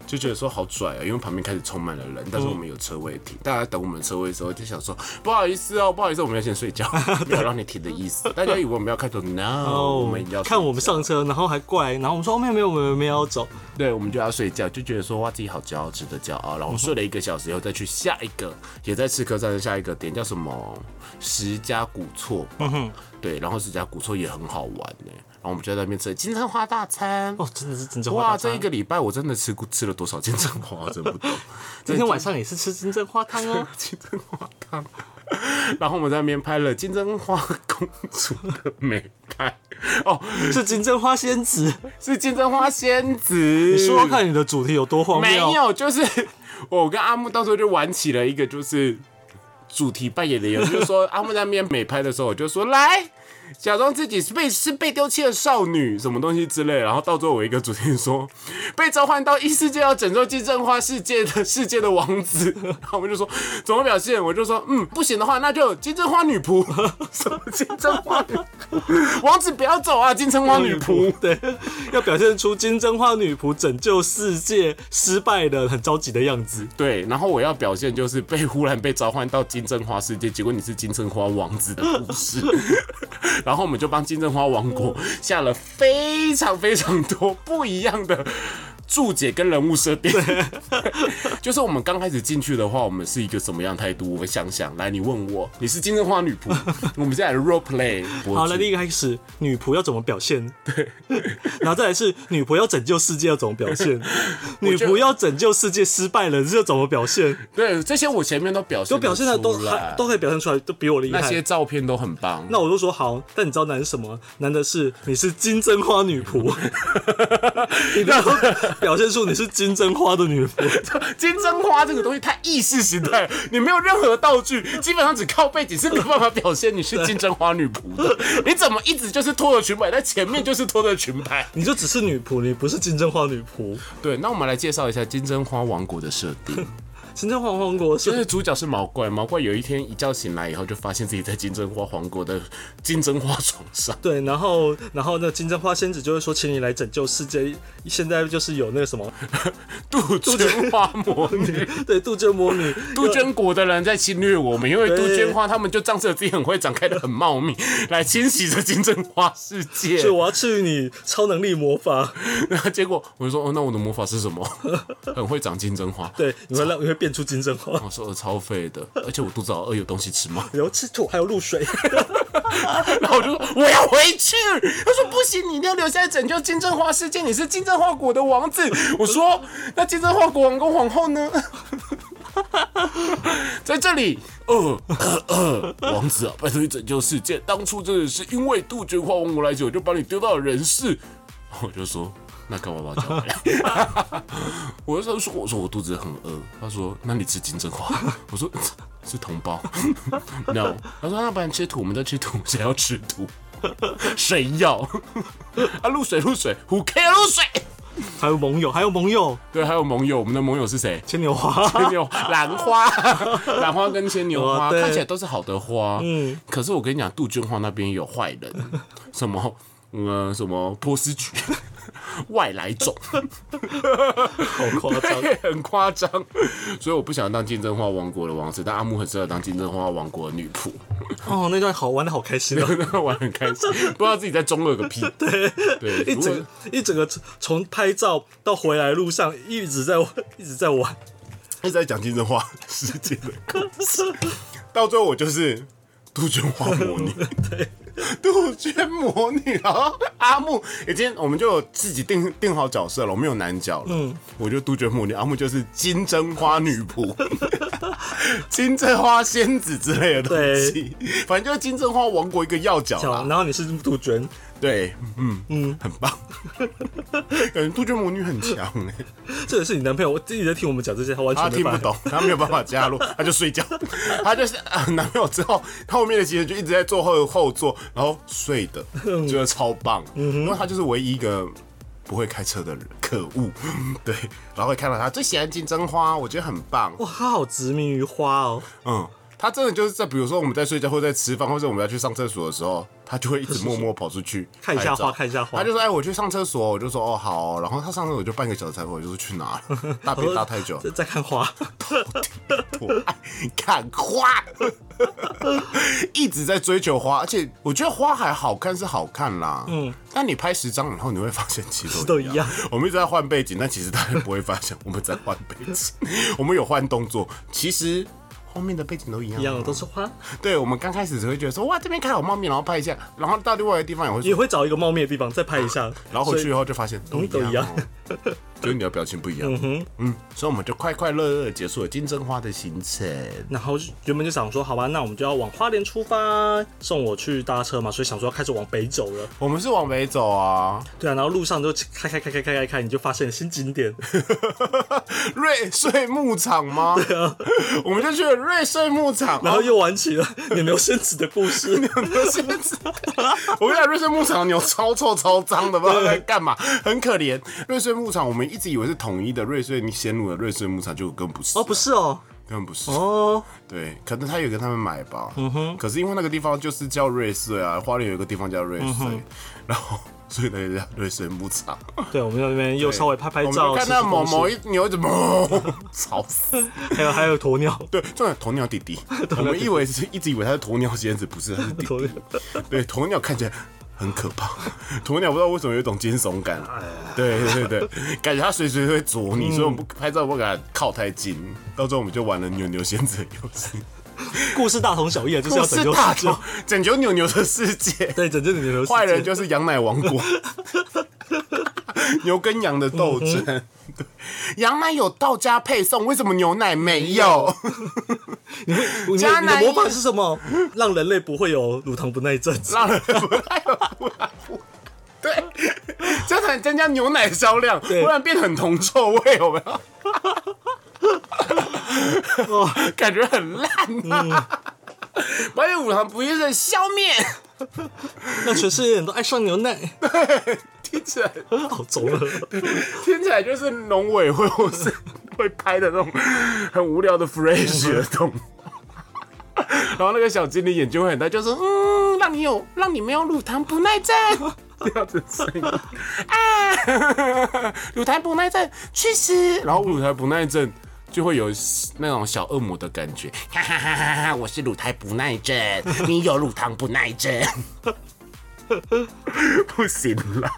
Speaker 1: 就觉得说好拽啊，因为旁边开始充满了人，但是我们有车位停。
Speaker 2: 嗯
Speaker 1: 大家等我们车位的时候，就想说不好意思哦，不好意思，我们要先睡 觉，没有让你停的意思。大家以为我们要开车，no，我们要睡
Speaker 2: 哦看我们
Speaker 1: 觉
Speaker 2: 上车，然后还过来，然后我们说哦没有没有没有没有要走，
Speaker 1: 对，我们就要睡觉，就觉得说哇自己好骄傲，值得骄傲。然后睡了一个小时以后，再去下一个，也在赤科站的下一个点叫什么石家古厝
Speaker 2: 嗯
Speaker 1: 吧，对，然后石家古厝也很好玩呢、然后我们就在那边吃金针花大餐。
Speaker 2: 哦，真的是真正花
Speaker 1: 哇，
Speaker 2: 大餐
Speaker 1: 这一个礼拜我真的吃过吃了多少金针花，真不懂。，
Speaker 2: 今天晚上也是吃 金针花汤啊
Speaker 1: 金针花汤。然后我们在那边拍了金针花公主的美拍，哦，
Speaker 2: 是金针花仙子。
Speaker 1: 是金针花仙子。你
Speaker 2: 说说看你的主题有多荒
Speaker 1: 没
Speaker 2: 谬，
Speaker 1: 有，就是 我跟阿木到时候就玩起了一个就是主题扮演的游戏， 就是说阿木在那边美拍的时候，我就说来。假装自己是被是被丢弃的少女，什么东西之类，然后到最后我一个主题说被召唤到异世界要拯救金针花世界的世界的王子， 然后我们就说怎么表现，我就说嗯不行的话那就金针花女 仆，什么金针花女仆，王子不要走啊，金针花女仆，
Speaker 2: 对，要表现出金针花女仆拯救世界失败的很着急的样子。
Speaker 1: 对，然后我要表现就是被忽然被召唤到金针花世界，结果你是金针花王子的故事。 然后我们就帮金针花王国下了非常非常多不一样的注解跟人物 设定。就是我们刚开始进去的话，我们是一个什么样的态度？我想想，来，你问我，你是金针花女仆， 我们现在来 role play。
Speaker 2: 好，那第一个开始，女仆要怎么表现？对， 然后再来是女仆要拯救世界要怎么表 现？女
Speaker 1: 觉得
Speaker 2: 仆要拯救世界失败了是要怎么表 现？
Speaker 1: 对这些我前面都表现
Speaker 2: 都表现的
Speaker 1: 得
Speaker 2: 都
Speaker 1: 出来
Speaker 2: 还都可以表现出来，都比我厉
Speaker 1: 那些
Speaker 2: 害。
Speaker 1: 照片都很棒。
Speaker 2: 那我就说好，但你知道难什么？难的是你是金针花女仆，你不要 表现出你是金针花的女仆。
Speaker 1: 金针花这个东西太意识形态了，你没有任何道具，基本上只靠背景是没有办法表现你是金针花女仆的。你怎么一直就是拖着裙摆，在前面就是拖着裙摆？
Speaker 2: 你就只是女仆，你不是金针花女仆。
Speaker 1: 对，那我们来介绍一下金针花王国的设定。
Speaker 2: 金针花黄果
Speaker 1: 就是
Speaker 2: 水，
Speaker 1: 主角是毛怪，毛怪有一天一觉醒来以后，就发现自己在金针花皇国的金针花床上。
Speaker 2: 对，然后然后那金针花仙子就会说，请你来拯救世界。现在就是有那个 什么，
Speaker 1: 杜鹃花魔女，
Speaker 2: 对，杜鹃魔女，
Speaker 1: 杜鹃国的人在侵略我们，因为杜鹃花他们就仗着自己很会长，开的很茂密，来侵袭着金针花世界
Speaker 2: 所。以我要赐予你超能力魔法，
Speaker 1: 然后结果我就说，哦，那我的魔法是什么？ 很会长金针花。
Speaker 2: 对，你会让你会变出金针花，
Speaker 1: 我说呃超废的，而且我肚子好饿，有东西吃吗？
Speaker 2: 然后吃土还有露水。
Speaker 1: 然后我就说我要回去。他说不行，你一定要留下来拯救金针花世界，你是金针花国的王子。我说那金针花国王跟皇后呢？ 在这里，呃呃呃，王子啊，拜托你拯救世界。当初真的是因为杜鹃花王国来久，我就把你丢到了人世。我就说。那干嘛把我叫回来？ 我就说，我说我肚子很饿。他说，那你吃金针花？我说 是同胞。no，他说那不然吃土，我们再吃土，谁要吃土？ 谁要？ 啊，露水，露水，Who care 露水？
Speaker 2: 还有盟友，还有盟友，
Speaker 1: 对，还有盟友，我们的盟友是谁？
Speaker 2: 牵牛花，
Speaker 1: 牵牛兰花， 兰花跟牵牛花
Speaker 2: 啊哦对
Speaker 1: 看起来都是好的花，嗯，可是我跟你讲，杜鹃花那边有坏人， 什么呃什么波斯菊， 外来 种，
Speaker 2: 好夸张。
Speaker 1: 很夸张，所以我不想当金针花王国的王子，但阿木很适合当金针花王国的女仆，
Speaker 2: 哦，那段好玩的好开 心哦。
Speaker 1: 玩很开心，不知道自己在中二个屁， 对对，
Speaker 2: 一
Speaker 1: 如果
Speaker 2: 整一整个从从拍照到回来路上一直在一直在玩，
Speaker 1: 一直在讲金针花世界的故事，到最后我就是杜鹃花魔 女，杜鹃魔女，然后 阿木已经我们就有自己定定好角色了，我们有男角了，嗯，我就杜鹃魔女，阿木就是金针花女仆， 金针花仙子之类的东西，反正就是金针花王国一个要角
Speaker 2: 讲
Speaker 1: 啦
Speaker 2: 完，，然后你是杜鹃，
Speaker 1: 对，嗯嗯，很棒， 感觉杜鹃魔女很强哎、
Speaker 2: 这也是你男朋友，我一直在听我们讲这些，他完
Speaker 1: 他
Speaker 2: 全没
Speaker 1: 听
Speaker 2: 办
Speaker 1: 不
Speaker 2: 法
Speaker 1: 懂，他没有办法加入，他就睡觉，他就是、啊、男朋友之后，他后面的情人就一直在坐后后座，然后睡的，
Speaker 2: 嗯
Speaker 1: 觉得超棒，因为他就是唯一一个不会开车的人，可恶， 对，然后会看到他最喜欢金针花，我觉得很棒，
Speaker 2: 哇，他好执迷于花哦，
Speaker 1: 嗯。他真的就是在，比如说我们在睡觉，或者在吃饭，或者我们要去上厕所的时候，他就会一直默默跑出去
Speaker 2: 看一下
Speaker 1: 拍照
Speaker 2: 花看一下花
Speaker 1: 他就说：“哎，我去上厕所。”我就说：“哦，好哦。”然后他上厕所就半个小时才回来，我就说去哪 了？大便大太久，
Speaker 2: 在在看花，
Speaker 1: 我爱看花，一直在追求花，而且我觉得花还好看是好看啦，嗯，但你拍十张以后，你会发现其实
Speaker 2: 都
Speaker 1: 都
Speaker 2: 一
Speaker 1: 一
Speaker 2: 样
Speaker 1: 样。我们一直在换背景，但其实大家不会发现我们在换背景， 我们有换动作，其实。后面的背景都一样，啊
Speaker 2: 一样的啊都是花，
Speaker 1: 对。我们刚开始只会觉得说，哇，这边开好茂密，然后拍一下，然后到另外一个地方也会说
Speaker 2: 也会找一个茂密的地方再拍一下，
Speaker 1: 然后回去以
Speaker 2: 所以
Speaker 1: 后就发现都
Speaker 2: 嗯都
Speaker 1: 一
Speaker 2: 一
Speaker 1: 样
Speaker 2: 样
Speaker 1: 哦、就是你的表情不一样。嗯哼，嗯，所以我们就快快乐乐地结束了金针花的行程。
Speaker 2: 然后原本就想说，好吧，那我们就要往花莲出发，送我去搭车嘛，所以想说要开始往北走了。
Speaker 1: 我们是往北走啊，
Speaker 2: 对啊，然后路上就开开开开开开开，你就发现了新景点，
Speaker 1: 瑞穗牧场吗？对啊，我们就去了瑞穗牧场，
Speaker 2: 然后又玩起了你牛仙子的故 事。
Speaker 1: 牛仙子。哦我跟你讲，瑞穗牧场的牛超臭超脏的，不知道在干嘛，很可怜。瑞穗牧场我们一直以为是统一的瑞穗鲜乳的瑞穗牧场，就根本不是
Speaker 2: 哦，不，是哦，
Speaker 1: 根本不是。
Speaker 2: 哦，
Speaker 1: 对，可能他有跟他们买吧。嗯哼。可是因为那个地方就是叫瑞穗啊，花莲有一个地方叫瑞
Speaker 2: 嗯
Speaker 1: 穗，然后所以那个叫瑞穗牧场。
Speaker 2: 对，我们在那边又稍微拍拍
Speaker 1: 我们
Speaker 2: 照，
Speaker 1: 就看到
Speaker 2: 吃吃
Speaker 1: 某
Speaker 2: 东西
Speaker 1: 某一牛一直哞，哦 吵死。
Speaker 2: 还有还有 鸵鸟，
Speaker 1: 对，重点鸵鸟弟 弟，我们以为是一直以为他是鸵鸟仙子，不 是，他是弟
Speaker 2: 鸵
Speaker 1: 弟
Speaker 2: 鸟。
Speaker 1: 对，鸵鸟看起来很可怕， 鸵鸟不知道为什么有一种惊悚感。对对对， 对感觉它随时会啄你，所以我们不拍照不敢靠太近，到最后我们就玩了扭扭仙子的游 戏，
Speaker 2: 故事大同小异啊，就是要
Speaker 1: 故
Speaker 2: 拯
Speaker 1: 事
Speaker 2: 救
Speaker 1: 大
Speaker 2: 世
Speaker 1: 同
Speaker 2: 界，，
Speaker 1: 拯救扭扭的世 界。
Speaker 2: 对，拯救你的牛世界
Speaker 1: 坏人就是羊奶王国， 牛跟羊的斗争。对，羊奶有到家配送，为什么牛奶没有？
Speaker 2: 你你
Speaker 1: 迦
Speaker 2: 的你的
Speaker 1: 南
Speaker 2: 魔法是什么？让人类不会有乳糖不耐症。
Speaker 1: 让人不太不太对，这很增加牛奶销量，不
Speaker 2: 对
Speaker 1: 然变得很铜臭味，有没有？感觉很烂、啊，把你乳糖不耐症消灭，
Speaker 2: 让全世界人都爱上牛奶，
Speaker 1: 听起来
Speaker 2: 好中二。
Speaker 1: 听起来就是农委会或是会拍的那种很无聊的 fresh 的动作。然后那个小精灵眼睛会很大，就是嗯，让你有让你没有乳糖不耐症。这样子的声音啊， 乳糖不耐症，去死！然后乳糖不耐症就会有那种小恶魔的感觉，哈哈哈哈哈！我是乳糖不耐症，你有乳糖不耐症， 不行了。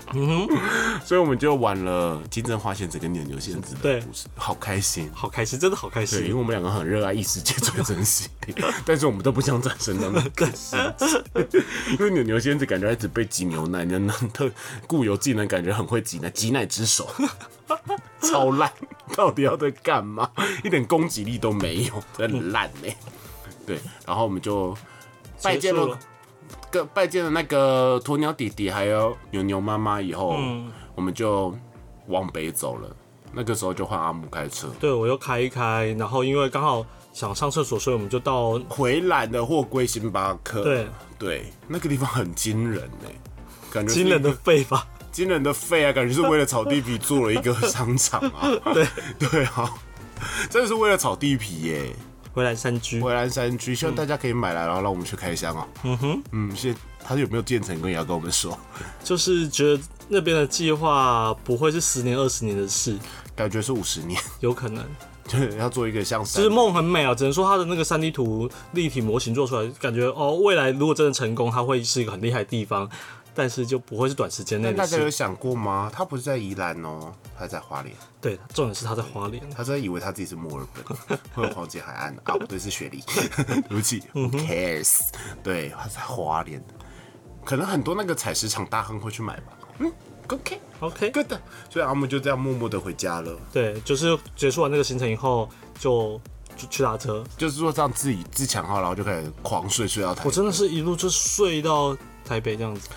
Speaker 1: 所以我们就玩了金针花仙子跟牛牛仙子的
Speaker 2: 对
Speaker 1: 故事，好开心。
Speaker 2: 好开心，真的好开
Speaker 1: 对，因为
Speaker 2: 心。
Speaker 1: 我们两个很热爱异世界传真系列， 但是我们都不想转身 当个事情，因为牛牛仙子感觉一直被挤牛奶，那那特固有技能感觉很会挤奶，挤奶之手 超烂， 到底要在干嘛？一点攻击力都没有，真的很烂呢、对，然后我们就拜见
Speaker 2: 结束
Speaker 1: 了
Speaker 2: 了。
Speaker 1: 跟拜见了那个鸵鸟弟弟还有牛牛妈妈以后，
Speaker 2: 嗯
Speaker 1: 我们就往北走了。那个时候就换阿木开车，
Speaker 2: 对，我又开一开，然后因为刚好想上厕所，所以我们就到
Speaker 1: 回蓝的货归星巴克。
Speaker 2: 对
Speaker 1: 对，那个地方很惊人呢、感觉是
Speaker 2: 惊人的
Speaker 1: 一个
Speaker 2: 肺吧。
Speaker 1: 惊人的肺啊，感觉是为了炒地皮做了一个商场 啊。对对啊，真的是为了炒地皮耶、
Speaker 2: 回来山居，
Speaker 1: 回蓝山区，希望大家可以买来，然后让我们去开箱啊。嗯哼，嗯，现他有没有建成，跟也要跟我们说。
Speaker 2: 就是觉得那边的计划不会是十年二十年的事，
Speaker 1: 感觉是五十年，
Speaker 2: 有可能。
Speaker 1: 就是要做一个像山
Speaker 2: 就是梦很美啊，只能说它的那个三 D 图立体模型做出来，感觉哦，未来如果真的成功，它会是一个很厉害的地方，但是就不会是短时间内
Speaker 1: 但
Speaker 2: 的
Speaker 1: 大家有
Speaker 2: 事。
Speaker 1: 想过吗？他不是在宜兰哦，他在花莲。
Speaker 2: 对，重点是它在花莲。
Speaker 1: 他真的以为他自己是墨尔本， 或者黄金海岸啊，不对，是雪梨。 对不起，Who
Speaker 2: 嗯
Speaker 1: cares？对，他在花莲，可能很多那个采石场大亨会去买吧。嗯，OK，good。
Speaker 2: OK，
Speaker 1: 所以阿木就这样默默的回家了，
Speaker 2: 对，就是结束完那个行程以后，就就去打车。
Speaker 1: 就是说这样自己自强号，然后就开始狂睡，睡到台
Speaker 2: 我真的是一路就睡到台北这样子，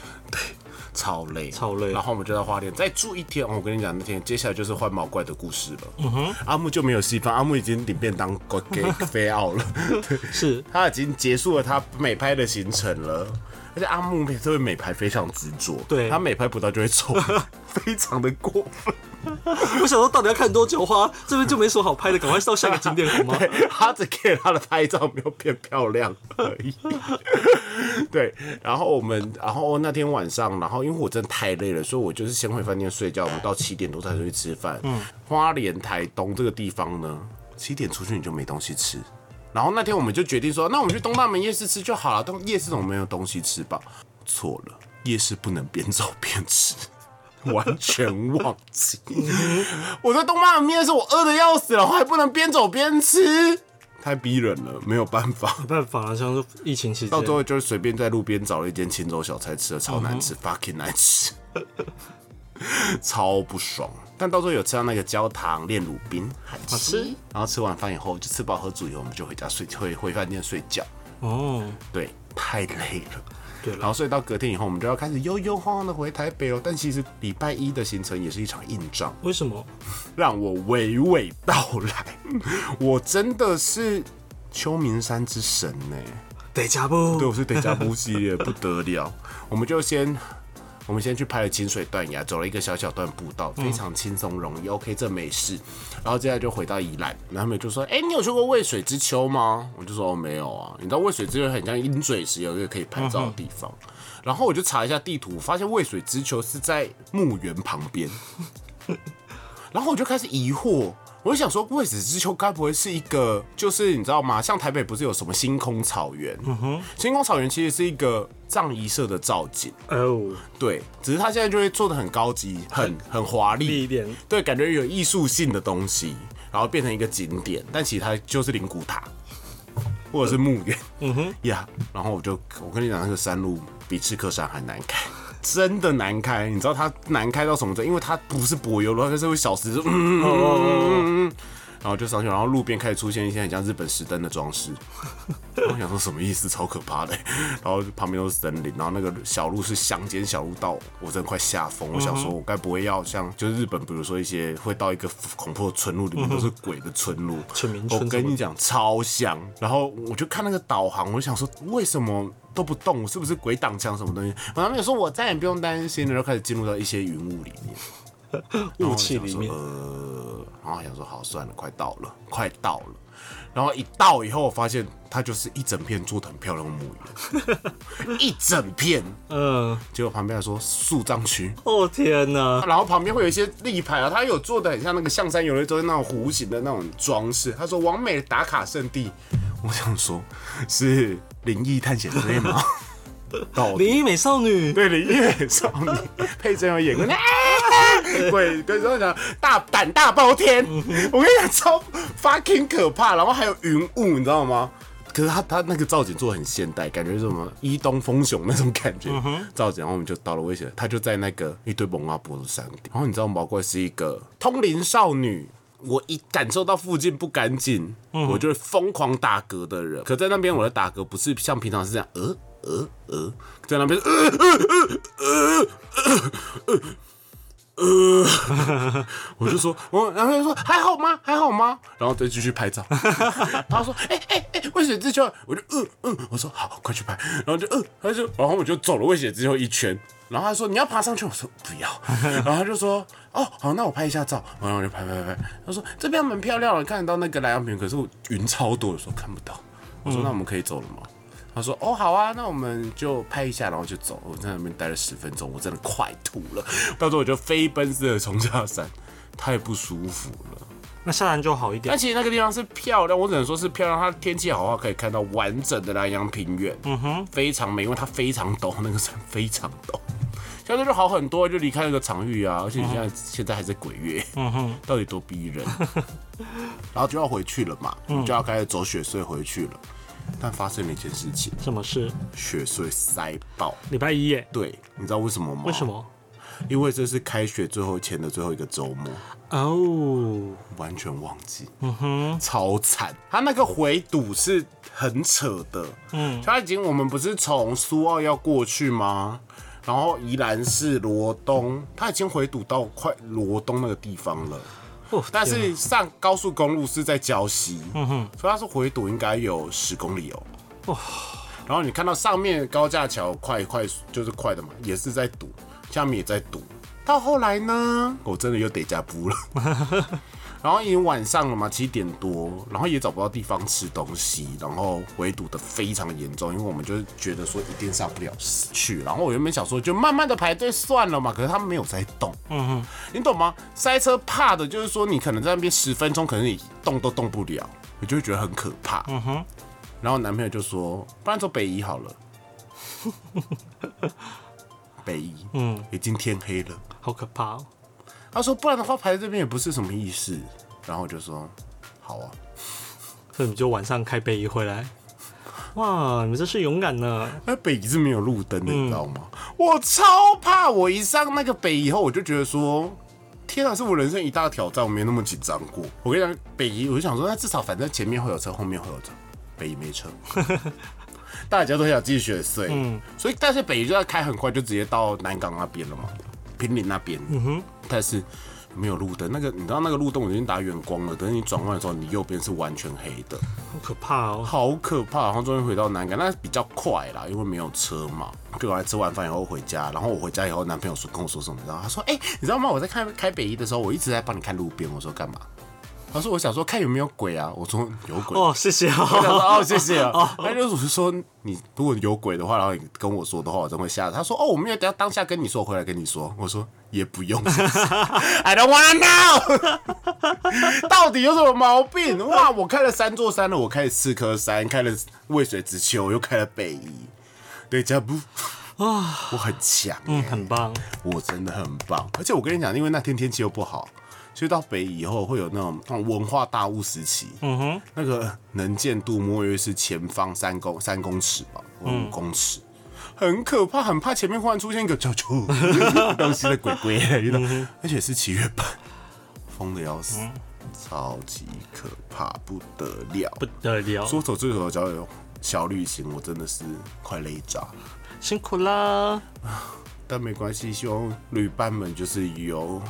Speaker 1: 超累，
Speaker 2: 超累
Speaker 1: 然后我们就到花莲再住一天。哦我跟你讲，那天接下来就是换毛怪的故事了。嗯哼，阿木就没有戏份，阿木已经领便当给 给飞奥了。对。
Speaker 2: 是
Speaker 1: 他已经结束了他美拍的行程了。而且阿木每次对美拍非常执着，
Speaker 2: 对
Speaker 1: 他美拍不到就会抽，非常的过分。
Speaker 2: 我想说到底要看多久花，这边就没什么好拍的，赶快到下一个景点 好吗？
Speaker 1: 对他只 care 他的拍照没有变漂亮而已。 对，然后我们，然后那天晚上，然后因为我真的太累了，所以我就是先回饭店睡觉，我们到七点多才出去吃饭。嗯，花莲台东这个地方呢，七点出去你就没东西吃。然后那天我们就决定说，那我们去东大门夜市吃就好了。东夜市总没有东西吃吧？错了，夜市不能边走边吃。完全忘记。 我在东妈的面是我饿的要死了，我还不能边走边吃，太逼人了，没有办法。
Speaker 2: 没办法啊，像是疫情 期
Speaker 1: 到
Speaker 2: 间
Speaker 1: 最，后就是随便在路边找了一间青州小菜吃的，超难吃、f u c k i n g 难吃， 超不爽。但到最后有吃到那个焦糖炼乳冰，好
Speaker 2: 吃。
Speaker 1: 然后吃完饭以后就吃饱喝足以后，我们就回家睡，回回饭店睡觉。
Speaker 2: 哦，
Speaker 1: 对，太累了。
Speaker 2: 对
Speaker 1: 然后
Speaker 2: 了，
Speaker 1: 所以到隔天以后，我们就要开始悠悠晃晃的回台北哦。但其实礼拜一的行程也是一场硬仗，
Speaker 2: 为什么？
Speaker 1: 让我娓娓道来。 我真的是秋名山之神呢、
Speaker 2: 得加不？
Speaker 1: 对，我是得加布系列，不得了。 我们就先，我们先去拍了清水断崖，走了一个小小段步道，非常轻松容易。OK，这没事。然后接下来就回到宜兰，然后他们就说：“哎、你有去过渭水之丘吗？”我就说：“哦，没有啊。”你知道渭水之丘很像鹰嘴石，有一个可以拍照的地方。然后我就查一下地图，发现渭水之丘是在墓园旁边。然后我就开始疑惑，我就想说，卫子之丘该不会是一个，就是你知道吗？像台北不是有什么星空草原？星空草原其实是一个藏仪社的造景，Oh
Speaker 2: 哦，
Speaker 1: 对，只是它现在就会做的很高级、很很华
Speaker 2: 第
Speaker 1: 丽
Speaker 2: 一，点，
Speaker 1: 对，感觉有艺术性的东西，然后变成一个景点，但其实它就是灵骨塔或者是墓园，嗯哼，呀、然后我就我跟你讲，那个山路比赤科山还难开。 真的难开，你知道它难开到什么程度？因为它不是柏油路，它是会小石子，
Speaker 2: 哦
Speaker 1: 嗯，然后就上去，然后路边开始出现一些很像日本石灯的装 饰。我想说什么意思，超可怕的。然后旁边都是森林，然后那个小路是乡间小路到我真的快吓疯。我想
Speaker 2: 嗯
Speaker 1: 说，我该不会要像就是日本，比如说一些会到一个恐怖的村落里面都是鬼的村落，
Speaker 2: 村民村
Speaker 1: 我跟你讲超像。然后我就看那个导航，我就想说为什么？都不动，是不是鬼挡墙什么东西？然后他们有说我再也不用担心了，然后开始进入到一些云雾里面。然后
Speaker 2: 雾
Speaker 1: 我
Speaker 2: 气
Speaker 1: 想
Speaker 2: 里
Speaker 1: 说
Speaker 2: 面。
Speaker 1: 呃，然后想说好算了，快到了，快到了。然后一到以后，我发现它就是一整片做的很漂亮的木鱼，一整片。
Speaker 2: 嗯，
Speaker 1: 结果旁边还说树葬区，
Speaker 2: 哦天哪，
Speaker 1: 然后旁边会有一些立牌啊，它有做的很像那个象山游乐中心那种弧形的那种装饰。他说完美的打卡圣地， 我想说，是灵异探险队吗？ 到底
Speaker 2: 灵异美少女，
Speaker 1: 对林月少女，佩珍有演过那鬼，跟你讲大胆大包天，我跟你讲超 fucking 可怕，然后还有云雾，你知道吗？可是他他那个造景做得很现代，感觉是什么伊东风雄那种感觉、造景，然后我们就到了危险，他就在那个一堆蒙阿波的山顶，然后你知道毛怪是一个通灵少女。我一感受到附近不干净，我就会疯狂打嗝的人。可在那边我的打嗝不是像平常是这样，呃呃呃，在那边是呃我就说，我然后他就说还好吗？还好吗？然后再继续拍照。他说，哎哎哎，喂水之丘，我就嗯嗯，我说好，快去拍。然后就嗯，他就，然后我就走了喂水之丘一圈。然后他说你要爬上去，我说不要。然后他就说哦好，那我拍一下照。然后我就拍拍拍。他说这边蛮漂亮的，看得到那个莱阳平，可是我云超多，我说看不到。我说那我们可以走了吗？他说：“哦，好啊，那我们就拍一下，然后就走。”我在那边待了十分钟，我真的快吐了。到时候我就飞奔似的冲下山，太不舒服了。
Speaker 2: 那下山就好一点
Speaker 1: 但。其实那个地方是漂亮，我只能说是漂亮。它天气好的话，可以看到完整的南阳平原，嗯哼，非常美，因为它非常陡，那个山非常陡。相对就好很多，就离开那个场域啊，而且你现在、现在还在鬼月，嗯哼，到底多逼 人。然后就要回去了嘛，就要开始走雪隧回去了。但发生了一件事情，
Speaker 2: 什么事？
Speaker 1: 雪隧塞爆。
Speaker 2: 礼拜一耶？
Speaker 1: 对，你知道为什么吗？
Speaker 2: 为什？么？
Speaker 1: 因为这是开学最后前的最后一个周末，
Speaker 2: 哦，
Speaker 1: 完全忘记。嗯哼，超惨。他那个回堵是很扯的。嗯，他已经我们不是从苏澳要过去吗？然后宜兰市罗东，他已经回堵到快罗东那个地方了。
Speaker 2: 哦
Speaker 1: 但
Speaker 2: 天
Speaker 1: 是上高速公路是在礁溪，啊嗯哼，所以它是回堵应该有十公里哦。然后你看到上面高架桥快快就是快的嘛，也是在堵，下面也在堵。到后来呢，我真的又得加 步了。然后已经晚上了嘛，七点多，然后也找不到地方吃东西，然后围堵的非常严重，因为我们就是觉得说一定上不了去。然后我原本想说就慢慢的排队算了嘛，可是他们没有在动，嗯哼，你懂吗？塞车怕的就是说你可能在那边十分钟，可能你动都动不了，你就会觉得很可怕，嗯哼。然后男朋友就说，不然走北宜好 了。北宜，嗯，已经天黑了。
Speaker 2: 好可怕哦！
Speaker 1: 他说不然的话排在这边也不是什么意思。然后我就说好啊，
Speaker 2: 所以你们就晚上开北一回来。哇，你们真是勇敢呢！
Speaker 1: 那北宜是没有路灯的，你知道吗？我超怕，我一上那个北宜以后，我就觉得说。天啊，是我人生一大挑战，我没那么紧张过。我跟你讲，北宜，我就想说，那至少反正前面会有车，后面会有车，北宜没 车，大家都想进雪隧，所以但是北宜就要开很快，就直接到南港那边了嘛，平林那边，嗯哼，但是没有路灯，那个你知道那个路灯我已经打远光了，等你转弯的时候，你右边是完全黑的，
Speaker 2: 好可怕哦！
Speaker 1: 好可怕！然后终于回到南港，那比较快啦，因为没有车嘛。就来吃完饭以后回家，然后我回家以后，男朋友说跟我说什么，然后他说：“哎、你知道吗？我在开开北一的时候，我一直在帮你看路边。”我说：“干嘛？”他说：“我想说看有没有鬼啊。”我说：“有鬼。”
Speaker 2: 哦，谢谢
Speaker 1: 我想说
Speaker 2: 哦。
Speaker 1: 哦，谢谢啊。他就是说，你如果有鬼的话，然后你跟我说的话，我真会吓。他说，哦，我没有等下当下跟你说，我回来跟你说。我说也不用谢谢 ，I don't wanna know 。 到底有什么毛病？哇，我开了三座山了，我开了四颗山，开了渭水之丘，又开了北宜，对，加不啊，我很强、欸
Speaker 2: 嗯， 很棒。
Speaker 1: 我真的很棒。而且我跟你讲，因为那天天气又不好，所以到北以后会有那种那种文化大雾时期。嗯哼，那个能见度莫约是前方三公三公尺吧，或五公尺。很可怕，很怕前面忽然出现一个啾啾东西的鬼鬼，遇到，而且是七月半，疯的要死，超级可怕，不得了。
Speaker 2: 不得了，
Speaker 1: 说走就走，脚有小旅行，我真的是快累炸。
Speaker 2: 辛苦啦！
Speaker 1: 但没关系，希望旅伴们就是有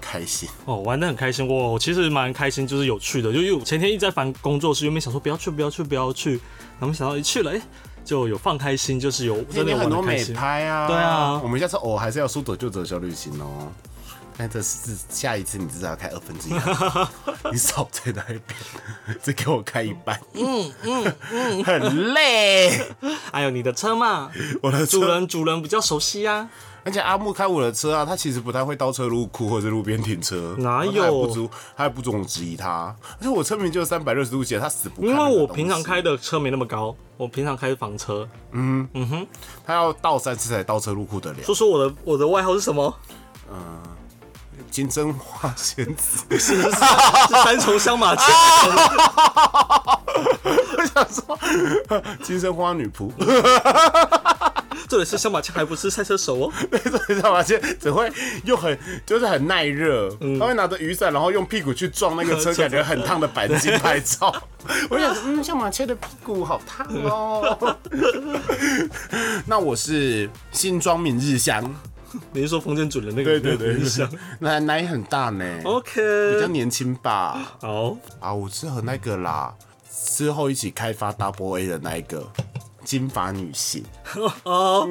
Speaker 1: 开心。
Speaker 2: 哦，玩的很开心，我我其实蛮开心，就是有趣的，就因为我前天一直在烦工作室，原本想说不要去，不要去，不要去，然后没想到一去了，哎、就有放开心，就是有真的
Speaker 1: 有
Speaker 2: 有
Speaker 1: 很
Speaker 2: 玩
Speaker 1: 多
Speaker 2: 的开
Speaker 1: 美
Speaker 2: 心。
Speaker 1: 拍啊，
Speaker 2: 对啊
Speaker 1: 我们下次偶还是要说走就走小旅行哦。那这次下一次你至少要开二分 之一行，你少吹那一边，只给我开一半，嗯嗯嗯， 很 累。
Speaker 2: 还哎有你的车嘛，
Speaker 1: 我的
Speaker 2: 主
Speaker 1: 车，
Speaker 2: 人主人比较熟悉啊。
Speaker 1: 而且阿木开我的车啊，他其实不太会倒车入库或者路边停车，
Speaker 2: 哪有
Speaker 1: 他也不足，他也不准我质疑他。而且我车名就是三百六十度斜，他死不看
Speaker 2: 因
Speaker 1: 那
Speaker 2: 为
Speaker 1: 个东西。
Speaker 2: 我平常开的车没那么高，我平常开房车。
Speaker 1: 他要倒三次才倒车入库得了，
Speaker 2: 说说我的我的外号是什么？
Speaker 1: 金针花仙子。
Speaker 2: 是三重香马车。
Speaker 1: 我想说，金针花女仆，
Speaker 2: 这里是香马枪，还不是赛车手哦。
Speaker 1: 你知道吗？现在只会又很就是很耐热，他会拿着雨伞，然后用屁股去撞那个车，
Speaker 2: 车
Speaker 1: 感觉很烫的钣金拍照。我想说，嗯，像马车的屁股好烫哦。那我是新庄明日香，
Speaker 2: 你是说封建主人那个？
Speaker 1: 对对对，奶奶很大呢，比较
Speaker 2: OK，
Speaker 1: 年轻吧？
Speaker 2: 好，
Speaker 1: 啊，我是和那个啦，之后一起开发 Double A 的那一个金发女性。
Speaker 2: 哦，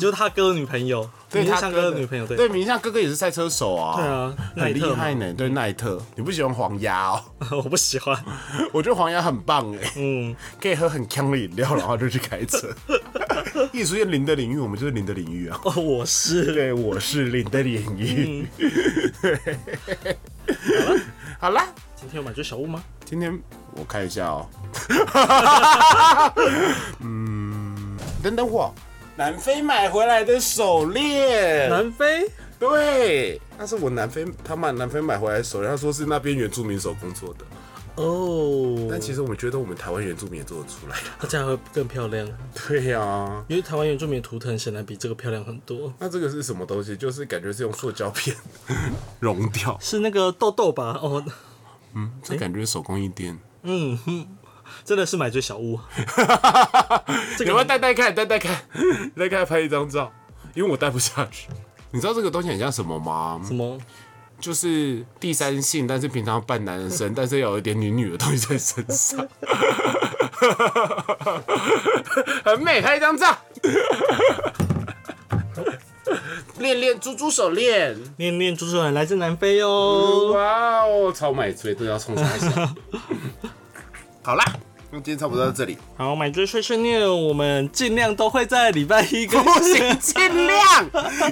Speaker 2: 就是他哥的女朋友，
Speaker 1: 嗯对，
Speaker 2: 明日
Speaker 1: 他
Speaker 2: 香哥的女朋友，对
Speaker 1: 对，明相哥哥也是赛车手啊，
Speaker 2: 对啊
Speaker 1: 很
Speaker 2: 奈
Speaker 1: 厉
Speaker 2: 特嘛嗯
Speaker 1: 害呢。对，奈特，你不喜欢黄鸭哦？
Speaker 2: 我不喜欢。
Speaker 1: 我觉得黄鸭很棒哎，
Speaker 2: 嗯，
Speaker 1: 可以喝很强的饮料，然后就去开车。 一出现零的领域，我们就是零的领域啊。
Speaker 2: 哦，我是
Speaker 1: 对，我是零的领域。
Speaker 2: 嗯
Speaker 1: 好啦，
Speaker 2: 今天有买醉小物吗？
Speaker 1: 今天我看一下哦。 嗯，等等我，南非买回来的手链。
Speaker 2: 南非
Speaker 1: 对，那是我南非他们南非买回来的手链，他说是那边原住民手工做的，
Speaker 2: 哦，
Speaker 1: 但其实我们觉得我们台湾原住民也做得出来了。
Speaker 2: 它这样会更漂亮，
Speaker 1: 对呀、
Speaker 2: 因为台湾原住民的图腾显然比这个漂亮很多。
Speaker 1: 那这个是什么东西？就是感觉是用塑胶片 融掉，
Speaker 2: 是那个豆豆吧？哦，
Speaker 1: 这感觉手工艺店。
Speaker 2: 嗯哼，真的是买醉小物。
Speaker 1: 这
Speaker 2: 个
Speaker 1: 个要戴戴看，戴戴看，戴看拍一张照，因为我戴不下去。你知道这个东西很像什么吗？
Speaker 2: 什么？
Speaker 1: 就是第三性，但是平常扮男 生，但是要有一点女女的东西在身上， 很美，拍一张照。恋恋猪猪手链，
Speaker 2: 念念主持人来自南非哦。
Speaker 1: 哇哦，超买醉都要冲上来。 好啦，那今天差不多到这里，
Speaker 2: 好，买醉碎碎念，我们尽量都会在礼拜一更
Speaker 1: 不哦行，
Speaker 2: 新。
Speaker 1: 尽量。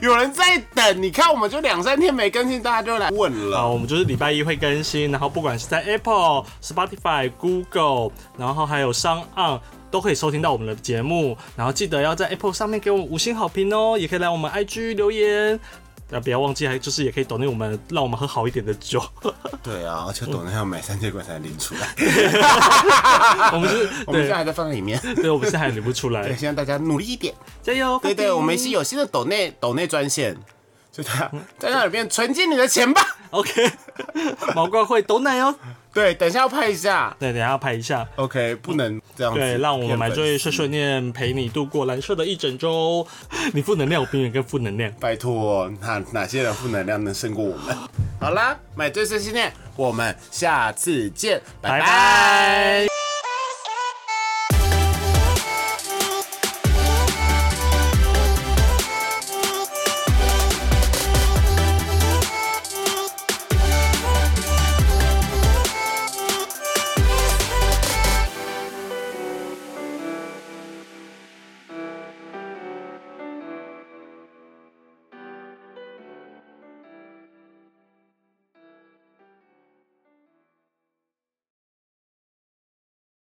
Speaker 1: 有人在等，你看我们就两三天没更新，大家就来问了。
Speaker 2: 啊好，我们就是礼拜一会更新，然后不管是在 Apple、Spotify、Google，然后还有上岸。都可以收听到我们的节目，然后记得要在 Apple 上面给我们五星好评哦，也可以来我们 IG 留言，那不要忘记，还就是也可以抖内我们，让我们喝好一点的 酒。
Speaker 1: 对啊，而且董还要买三千块才拎出来，
Speaker 2: 我们是，
Speaker 1: 我们现在
Speaker 2: 对
Speaker 1: 还在放在里面。
Speaker 2: 对，我们现在还领不出来
Speaker 1: 对，，希望大家努力一点。
Speaker 2: 加油！
Speaker 1: 对对，我们是有新的抖内抖内专 线，就他在那里面存进你的钱吧。
Speaker 2: OK，毛 怪会抖奶哦。
Speaker 1: 对，等一下要拍一下。
Speaker 2: 对，等一下要拍一下。
Speaker 1: OK，不能这样子骗
Speaker 2: 对，
Speaker 1: 粉丝。
Speaker 2: 让我们买醉碎碎念陪你度过蓝色的一整周。你负能量，我永远跟负能量。
Speaker 1: 拜托，哪哪些人负能量能胜过我们？好啦，买醉碎碎念，我们下次见，拜
Speaker 2: 拜
Speaker 1: 拜
Speaker 2: 拜。